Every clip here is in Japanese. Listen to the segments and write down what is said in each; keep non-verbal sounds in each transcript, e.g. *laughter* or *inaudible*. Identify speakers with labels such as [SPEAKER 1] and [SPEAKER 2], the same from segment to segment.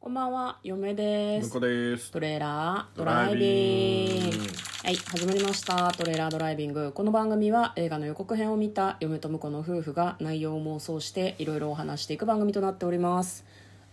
[SPEAKER 1] こんばんは、嫁で
[SPEAKER 2] 向
[SPEAKER 1] す
[SPEAKER 2] こ。です。
[SPEAKER 1] トレーラード
[SPEAKER 2] ド
[SPEAKER 1] ラ
[SPEAKER 2] ラ
[SPEAKER 1] イ
[SPEAKER 2] イ
[SPEAKER 1] ビン
[SPEAKER 2] ビン
[SPEAKER 1] グ
[SPEAKER 2] グ。
[SPEAKER 1] はい、始まりました。トレーラードライビング。この番組は映画の予告編を見た嫁と婿の夫婦が内容を妄想していろいろお話していく番組となっております。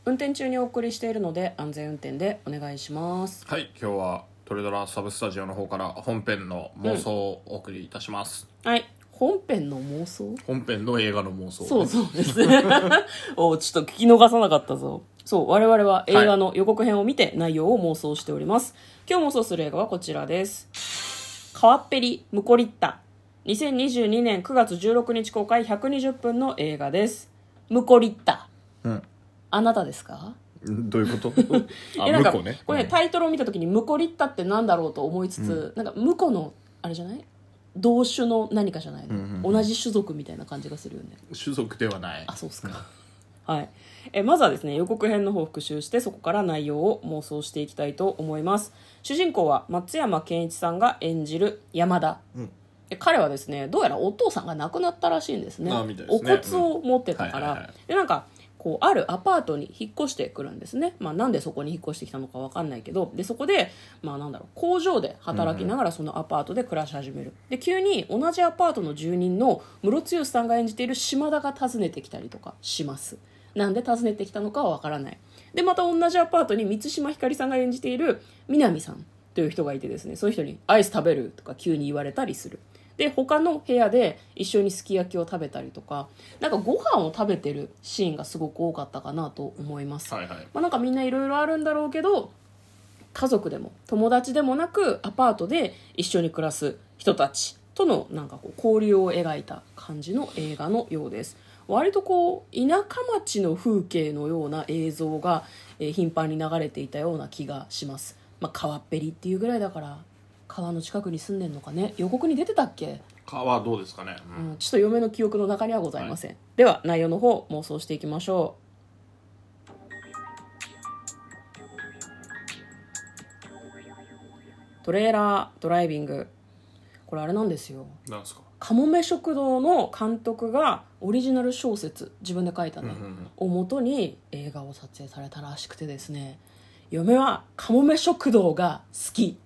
[SPEAKER 1] 運転中にお送りしているので安全運転でお願いします。
[SPEAKER 2] はい、今日はトレドラサブスタジオの方から本編の妄想をお送りいたします。
[SPEAKER 1] はい、本編の妄想
[SPEAKER 2] 本編の映画の妄想。
[SPEAKER 1] そうそうですね。 *laughs* おちょっと聞き逃さなかったぞ。そう、我々は映画の予告編を見て内容を妄想しております。今日妄想する映画はこちらです。川っぺりムコリッタ。2022年9月16日公開120分の映画です。ムコリッタ。
[SPEAKER 2] うん。
[SPEAKER 1] あなたですか
[SPEAKER 2] どういうこと
[SPEAKER 1] *laughs* えなん
[SPEAKER 2] あ、
[SPEAKER 1] か
[SPEAKER 2] 向こうね。
[SPEAKER 1] これね、タイトルを見た時にムコリッタってなんだろうと思いつつ、なんかムコの、あれじゃない同種の何かじゃないの、
[SPEAKER 2] うんうん
[SPEAKER 1] 同じ種族みたいな感じがするよね。
[SPEAKER 2] うん種族ではない
[SPEAKER 1] あ。そうっすか、 *laughs* はい、えまずはですね予告編の方を復習してそこから内容を妄想していきたいと思います主人公は松山ケンイチさんが演じる山田、
[SPEAKER 2] うん
[SPEAKER 1] で彼はですねどうやらお父さんが亡くなったらしいんですね
[SPEAKER 2] あみたいですね
[SPEAKER 1] お骨を持ってたか
[SPEAKER 2] うんはいはいは
[SPEAKER 1] らでなんかこうあるアパートに引っ越してくるんですね、まあ、なんでそこに引っ越してきたのかわかんないけどでそこで、まあ、なんだろう工場で働きながらそのアパートで暮らし始める、で急に同じアパートの住人のムロツヨシさんが演じている島田が訪ねてきたりとかしますなんで訪ねてきたのかはわからないでまた同じアパートに満島ひかりさんが演じている南さんという人がいてですねそういう人に「アイス食べる?」とか急に言われたりするで他の部屋で一緒にすき焼きを食べたりとかなんかご飯を食べてるシーンがすごく多かったかなと思います、
[SPEAKER 2] はいはい。
[SPEAKER 1] まあ、なんかみんないろいろあるんだろうけど家族でも友達でもなくアパートで一緒に暮らす人たちとのなんかこう交流を描いた感じの映画のようです割とこう田舎町の風景のような映像が、えー頻繁に流れていたような気がします、まあ、川っぺりっていうぐらいだから川の近くに住んでんのかね予告に出てたっけ
[SPEAKER 2] 蚊はどうですかね。うん
[SPEAKER 1] うんちょっと嫁の記憶の中にはございません、では内容の方妄想していきましょうトレーラードライビングこれあれなんですよ
[SPEAKER 2] なんですか。
[SPEAKER 1] かもめ食堂の監督がオリジナル小説自分で書いた
[SPEAKER 2] うん
[SPEAKER 1] ね、
[SPEAKER 2] うんうん。
[SPEAKER 1] をもとに映画を撮影されたらしくてですね嫁はカモメ食堂が好き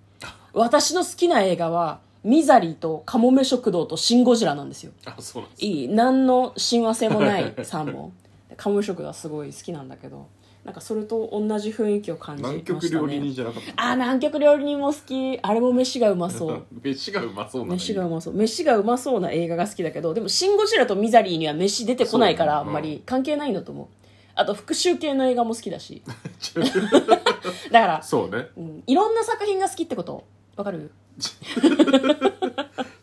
[SPEAKER 1] 私の好きな映画はミザリーとカモメ食堂とシン・ゴジラなんですよ
[SPEAKER 2] あ、そうなんです。
[SPEAKER 1] いい何の親和性も
[SPEAKER 2] *laughs*
[SPEAKER 1] ない3本カモメ食堂はすごい好きなんだけどなんかそれと同じ雰囲気を感じまし
[SPEAKER 2] 南
[SPEAKER 1] たね
[SPEAKER 2] 極料理人じゃなかった。
[SPEAKER 1] あー南極料理人も好きあれも飯がうま
[SPEAKER 2] *laughs*
[SPEAKER 1] そう
[SPEAKER 2] 飯がうまそうなのに。
[SPEAKER 1] 飯がうまそう飯がうまそうな映画が好きだけどでも「シン・ゴジラ」と「ミザリー」には飯出てこないからあ
[SPEAKER 2] そうんね
[SPEAKER 1] まり関係ないんだと思うあと復讐系の映画も好きだし
[SPEAKER 2] ちょ
[SPEAKER 1] だから、
[SPEAKER 2] *laughs* そうね。
[SPEAKER 1] うん、いろんな作品が好きってことわかる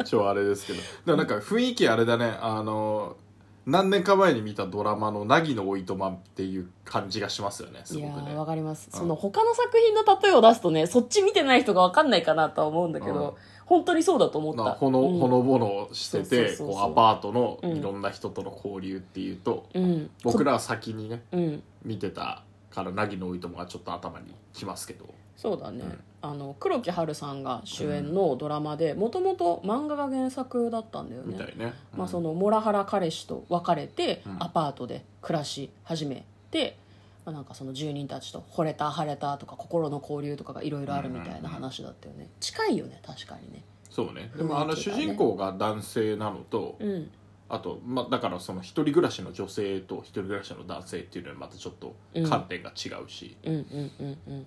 [SPEAKER 2] ちょ、あれですけど。でもなんか雰囲気あれだね。あの、何年か前に見たドラマの凪のおいとまっていう感じがしますよね。す
[SPEAKER 1] い
[SPEAKER 2] ご
[SPEAKER 1] や
[SPEAKER 2] く
[SPEAKER 1] ー
[SPEAKER 2] ね。
[SPEAKER 1] わかります
[SPEAKER 2] うん
[SPEAKER 1] その他の作品の例えを出すとねそっち見てない人がわかんないかなとは思うんだけ
[SPEAKER 2] うん
[SPEAKER 1] ど本当にそうだと思っ
[SPEAKER 2] な
[SPEAKER 1] た
[SPEAKER 2] ほの
[SPEAKER 1] うん
[SPEAKER 2] ほのぼのしてて
[SPEAKER 1] そうそうそうそう
[SPEAKER 2] こうアパートの
[SPEAKER 1] うん
[SPEAKER 2] いろんな人との交流っていうと、
[SPEAKER 1] うん
[SPEAKER 2] 僕らは先にね
[SPEAKER 1] うん
[SPEAKER 2] 見てたから凪のおいともがちょっと頭にきますけど
[SPEAKER 1] そうだね、
[SPEAKER 2] うん
[SPEAKER 1] あの黒木華さんが主演のドラマでもともと漫画が原作だったんだよ
[SPEAKER 2] み
[SPEAKER 1] ね
[SPEAKER 2] たいね、
[SPEAKER 1] まあ、そ
[SPEAKER 2] の
[SPEAKER 1] のモラハラ彼氏と別れて
[SPEAKER 2] うん
[SPEAKER 1] アパートで暮らし始めて、まあ、なんかその住人たちと惚れた晴れたとか心の交流とかがいろいろあるみたいな話だったよね近いよね確かにね
[SPEAKER 2] そうねでもあの
[SPEAKER 1] 雰囲気が
[SPEAKER 2] 主
[SPEAKER 1] ね
[SPEAKER 2] 人公が男性なのと、
[SPEAKER 1] うん
[SPEAKER 2] あと、まあ、だからその一人暮らしの女性と一人暮らしの男性っていうのはまたちょっと観点が違うし、
[SPEAKER 1] うんうんうんうん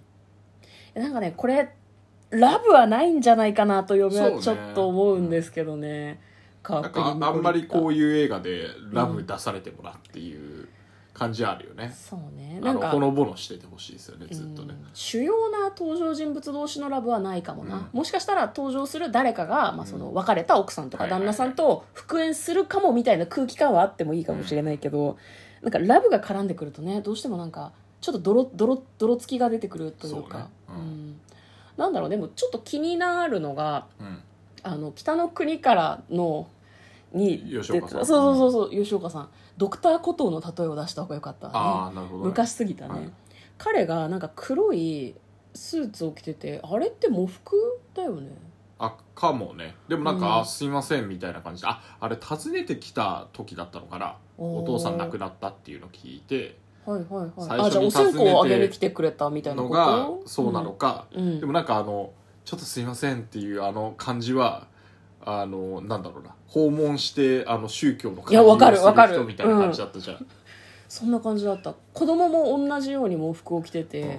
[SPEAKER 1] えなんかねこれラブはないんじゃないかなと嫁
[SPEAKER 2] そう
[SPEAKER 1] は
[SPEAKER 2] ね
[SPEAKER 1] ちょっと思うんですけどねカ
[SPEAKER 2] な
[SPEAKER 1] ッ
[SPEAKER 2] ん
[SPEAKER 1] プ
[SPEAKER 2] か
[SPEAKER 1] ル
[SPEAKER 2] あ
[SPEAKER 1] に
[SPEAKER 2] あんまりこう
[SPEAKER 1] う
[SPEAKER 2] いう映画でラブ出されてもらっていう感じあるよね、
[SPEAKER 1] そうね
[SPEAKER 2] あ
[SPEAKER 1] なん
[SPEAKER 2] の
[SPEAKER 1] か
[SPEAKER 2] ほのぼのしててほしいですよねずっとね、
[SPEAKER 1] うん主要な登場人物同士のラブはないかもな、
[SPEAKER 2] う
[SPEAKER 1] もしかしたら登場する誰かが、まあ、その
[SPEAKER 2] うん
[SPEAKER 1] 別れた奥さんとか
[SPEAKER 2] はいはい
[SPEAKER 1] 旦
[SPEAKER 2] は
[SPEAKER 1] 那
[SPEAKER 2] い
[SPEAKER 1] さんと復縁するかもみたいな空気感はあってもいいかもしれないけど、なんかラブが絡んでくるとねどうしてもなんかちょっと泥泥泥つきが出てくるというか
[SPEAKER 2] そうねうん
[SPEAKER 1] んなんだろうでもちょっと気になるのが
[SPEAKER 2] うん
[SPEAKER 1] あの北の国からのに
[SPEAKER 2] 吉岡さん
[SPEAKER 1] 出てたそうそうそうそう吉岡さんドクター・コトーの例えを出した方がよかった、ね、
[SPEAKER 2] ああなるほど、ね、
[SPEAKER 1] 昔すぎたね、
[SPEAKER 2] はい
[SPEAKER 1] 彼がなんか黒いスーツを着ててあれって喪服だよね
[SPEAKER 2] あかもねでもなんか
[SPEAKER 1] う
[SPEAKER 2] 「
[SPEAKER 1] ん
[SPEAKER 2] あすいません」みたいな感じでああれ訪ねてきた時だったのかな
[SPEAKER 1] お
[SPEAKER 2] お父さん亡く
[SPEAKER 1] な
[SPEAKER 2] なったっていうの聞いて
[SPEAKER 1] はいはいはい
[SPEAKER 2] 最
[SPEAKER 1] あじゃあお
[SPEAKER 2] 初
[SPEAKER 1] 線
[SPEAKER 2] に訪ねて
[SPEAKER 1] 香をあげに来てくれたみたいな
[SPEAKER 2] の
[SPEAKER 1] こ
[SPEAKER 2] が
[SPEAKER 1] と
[SPEAKER 2] そうなのか、
[SPEAKER 1] うん
[SPEAKER 2] でもなんかあの「ちょっとすいません」っていうあの感じはあのなんだろうな訪問してあの宗教の感
[SPEAKER 1] いやわかるわかる
[SPEAKER 2] 人みたいな感じだったじゃん、
[SPEAKER 1] そんな感じだった子供も同じように喪服を着てて、
[SPEAKER 2] うん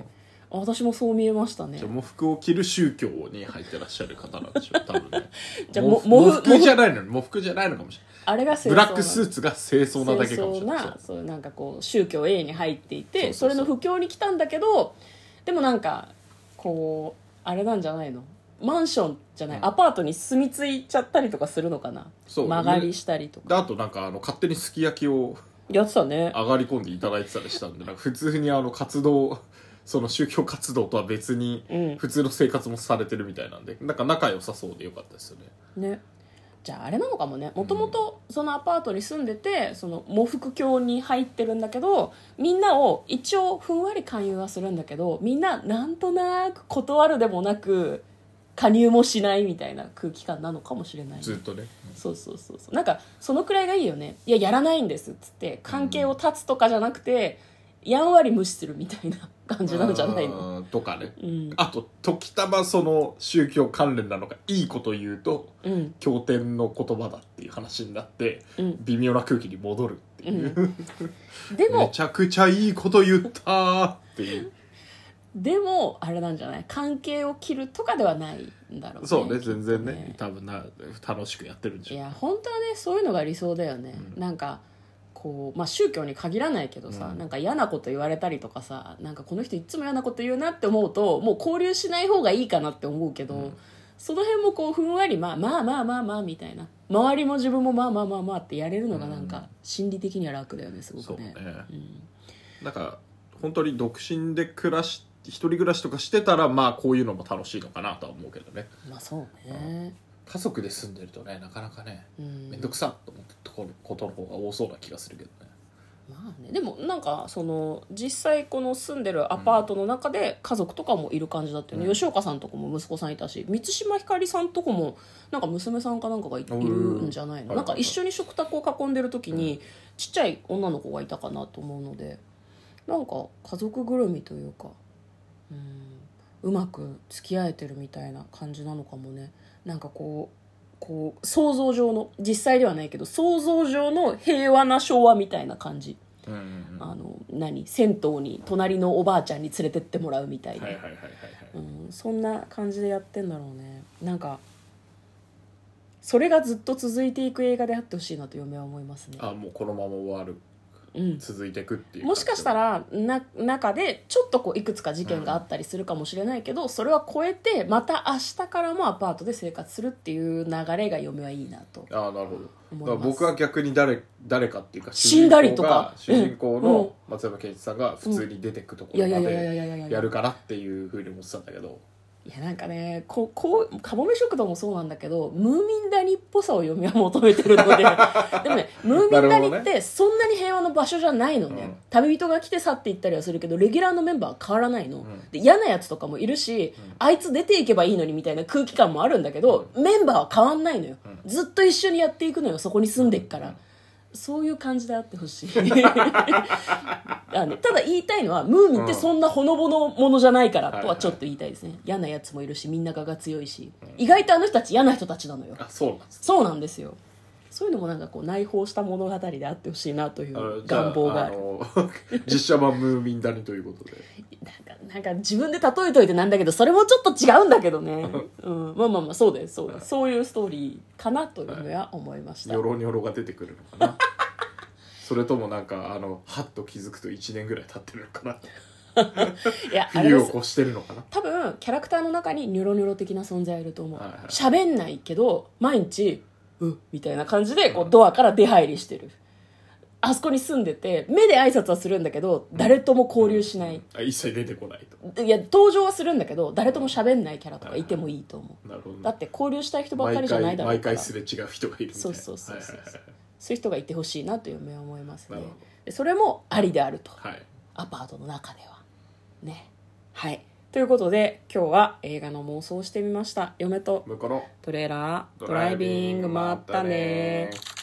[SPEAKER 1] あ私もそう見えましたね
[SPEAKER 2] じゃあ喪服を着る宗教に入ってらっしゃる方なんでしょう多分ね
[SPEAKER 1] *laughs* じゃあ
[SPEAKER 2] 喪
[SPEAKER 1] も喪服
[SPEAKER 2] 服喪服じゃないのに喪服じゃないのかもしれない
[SPEAKER 1] あれが清
[SPEAKER 2] ブ
[SPEAKER 1] 掃
[SPEAKER 2] ラックス
[SPEAKER 1] ー
[SPEAKER 2] ーツが清掃なだけかもしれない
[SPEAKER 1] なそうなんかこう宗教 A に入っていてそ
[SPEAKER 2] そうそうそう
[SPEAKER 1] れの布教に来たんだけどでもなんかこうあれなんじゃないのマンションじゃない、
[SPEAKER 2] うん
[SPEAKER 1] アパートに住み着いちゃったりとかするのかな、
[SPEAKER 2] そう
[SPEAKER 1] 曲がりしたりとか
[SPEAKER 2] であとなんかあの勝手にすき焼
[SPEAKER 1] *laughs*
[SPEAKER 2] きを
[SPEAKER 1] やってたね
[SPEAKER 2] 上がり込んでいただいてたりしたんでなんか普通にあの活動その宗教活動とは別に
[SPEAKER 1] うん
[SPEAKER 2] 普通の生活もされてるみたいなんでなんか仲良さそうでよかったですよね
[SPEAKER 1] ねじゃああれなのかもねもともとそのアパートに住んでてその喪服教に入ってるんだけどみんなを一応ふんわり勧誘はするんだけどみんななんとなく断るでもなく加入もしないみたいな空気感なのかもしれないね
[SPEAKER 2] ずっとね
[SPEAKER 1] そうそうそうそうなんかそのくらいがいいよねいややらないんですっつって関係を断つとかじゃなくてやんわり無視するみたいな感じなんじゃないの
[SPEAKER 2] あーとかね
[SPEAKER 1] うん
[SPEAKER 2] あと時たまその宗教関連なのかいいこと言うと
[SPEAKER 1] うん
[SPEAKER 2] 経典の言葉だっていう話になって
[SPEAKER 1] うん
[SPEAKER 2] 微妙な空気に戻るっていう、
[SPEAKER 1] でも
[SPEAKER 2] めちゃくちゃいいこと言ったーっていう
[SPEAKER 1] でもあれなんじゃない関係を切るとかではないんだろうね
[SPEAKER 2] そう
[SPEAKER 1] き
[SPEAKER 2] ね
[SPEAKER 1] っと
[SPEAKER 2] 全然ね多分な楽しくやってるん
[SPEAKER 1] い
[SPEAKER 2] じゃん
[SPEAKER 1] や本当はねそういうのが理想だよね、
[SPEAKER 2] うん
[SPEAKER 1] なんかこうまあ宗教に限らないけどさ、
[SPEAKER 2] うん
[SPEAKER 1] なんか嫌なこと言われたりとかさなんかこの人いつも嫌なこと言うなって思うともう交流しない方がいいかなって思うけど、
[SPEAKER 2] うん
[SPEAKER 1] その辺もこうふんわり、まあ、まあまあまあまあみたいな周りも自分もまあまあまあまあってやれるのがなん
[SPEAKER 2] うん
[SPEAKER 1] か心理的には楽だよねすご
[SPEAKER 2] そう
[SPEAKER 1] く
[SPEAKER 2] ね
[SPEAKER 1] ねうん
[SPEAKER 2] なんか本当に独身で暮らし一人暮らしとかしてたらまあこういうのも楽しいのかなとは思うけどね
[SPEAKER 1] まあそうね、
[SPEAKER 2] 家族で住んでるとねなかなかね
[SPEAKER 1] うん、
[SPEAKER 2] 面倒くさっと思ってところことの方が多そうな気がするけどね
[SPEAKER 1] まあね、でもなんかその実際この住んでるアパートの中で家族とかもいる感じだったよね、
[SPEAKER 2] うん
[SPEAKER 1] 吉岡さんとこも息子さんいたし満島ひかりさんとこもなんか娘さんかなんかがいいる
[SPEAKER 2] おー
[SPEAKER 1] んじゃないの
[SPEAKER 2] はい
[SPEAKER 1] なんか一緒に食卓を囲んでる時にちっちゃい女の子がいたかなと思うのでなんか家族ぐるみというかうんうまく付き合えてるみたいな感じなのかもねなんかこうこう想像上の実際ではないけど想像上の平和な昭和みたいな感じ
[SPEAKER 2] うんうんうんは
[SPEAKER 1] あの何銭湯に隣のおばあちゃんに連れてってもらうみたい
[SPEAKER 2] い
[SPEAKER 1] な、
[SPEAKER 2] はいはいはいはい
[SPEAKER 1] うん、そんな感じでやってんだろうねなんかそれがずっと続いていく映画であってほしいなと嫁は思いますね、
[SPEAKER 2] あもうこのまま終わる
[SPEAKER 1] うん、
[SPEAKER 2] 続いていくっていう
[SPEAKER 1] もしかした
[SPEAKER 2] ら
[SPEAKER 1] らな中でちょっとこういくつか事件があったりするかもしれないけど、それは超えてまた明日からもアパートで生活するっていう流れが嫁はいいなと
[SPEAKER 2] ああなるほど
[SPEAKER 1] 思
[SPEAKER 2] だ
[SPEAKER 1] い
[SPEAKER 2] から
[SPEAKER 1] ます
[SPEAKER 2] 僕は逆に誰誰かっていうか
[SPEAKER 1] 死んだりとか
[SPEAKER 2] 主人公
[SPEAKER 1] うん
[SPEAKER 2] が主人公
[SPEAKER 1] うん
[SPEAKER 2] の松山ケンイチさんが普通に出てくとこ
[SPEAKER 1] いや
[SPEAKER 2] ろ
[SPEAKER 1] い
[SPEAKER 2] ま
[SPEAKER 1] やいやいやいや
[SPEAKER 2] で
[SPEAKER 1] いやい
[SPEAKER 2] や
[SPEAKER 1] や
[SPEAKER 2] るからっていうふうに思ってたんだけど
[SPEAKER 1] いやなんかねこうこうかもめ食堂もそうなんだけどムーミン谷っぽさを読みは求めてるの
[SPEAKER 2] *laughs*
[SPEAKER 1] ででもねムーミン
[SPEAKER 2] なるほ
[SPEAKER 1] 谷
[SPEAKER 2] ど
[SPEAKER 1] ってそんなに平和の場所じゃないのね、
[SPEAKER 2] うん
[SPEAKER 1] 旅人が来て去っていったりはするけどレギュラーのメンバーは変わらないの、
[SPEAKER 2] ん
[SPEAKER 1] で嫌なやつとかもいるし、あいつ出ていけばいいのにみたいな空気感もあるんだけど、メンバーは変わんないのよ、ずっと一緒にやっていくのよそこに住んでっから、そういう感じであってほしい *laughs* あのただ言いたいのはムーミンってそんなほのぼのものじゃないからとはちょっと言いたいですね、嫌なやつもいるしみんながが強いし、意外とあの人たち嫌な人たちなのよ
[SPEAKER 2] あそうなんです
[SPEAKER 1] そうなんですよそういうのもなんかこう内包した物語であってほしいなとい
[SPEAKER 2] あの
[SPEAKER 1] う
[SPEAKER 2] じゃ
[SPEAKER 1] 願望がある
[SPEAKER 2] の実写版ムーミン谷ということで
[SPEAKER 1] なんかなんか自分で例えといてなんだけどそれもちょっと違うんだけどね、うん、まあまあまあそうですそうですそういうストーリーかなというのは思いました、
[SPEAKER 2] ニョロニョロが出てくるのか
[SPEAKER 1] *laughs*
[SPEAKER 2] なそれともなんかあのハッと気づくと1年ぐらい経ってるのかない
[SPEAKER 1] やあれ
[SPEAKER 2] 冬
[SPEAKER 1] で
[SPEAKER 2] を
[SPEAKER 1] す
[SPEAKER 2] 越してるのかな
[SPEAKER 1] 多分キャラクターの中にニョロニョロ的な存在いると思う
[SPEAKER 2] はいはい
[SPEAKER 1] 喋、んないけど毎日「うっ」みたいな感じでこうドアから出入りしてるあそこに住んでて目で挨拶はするんだけど誰とも交流しない、
[SPEAKER 2] あ一切出てこないと
[SPEAKER 1] いや登場はするんだけど誰とも喋んないキャラとかいてもいいと思う
[SPEAKER 2] なるほどね
[SPEAKER 1] だって交流したい人ばっか
[SPEAKER 2] 毎
[SPEAKER 1] りじゃない
[SPEAKER 2] 回
[SPEAKER 1] だろう
[SPEAKER 2] 毎
[SPEAKER 1] から
[SPEAKER 2] 回すれ違う人がいるみたいな
[SPEAKER 1] そうそうそうそう
[SPEAKER 2] はいはいはい
[SPEAKER 1] そういう人がいてほしいなという目は思いますね
[SPEAKER 2] なるほど
[SPEAKER 1] でそれもありであると
[SPEAKER 2] はい
[SPEAKER 1] アパートの中ではねはいということで今日は映画の妄想をしてみました嫁と
[SPEAKER 2] 向こうの
[SPEAKER 1] トレーラードライビングもあったね
[SPEAKER 2] ー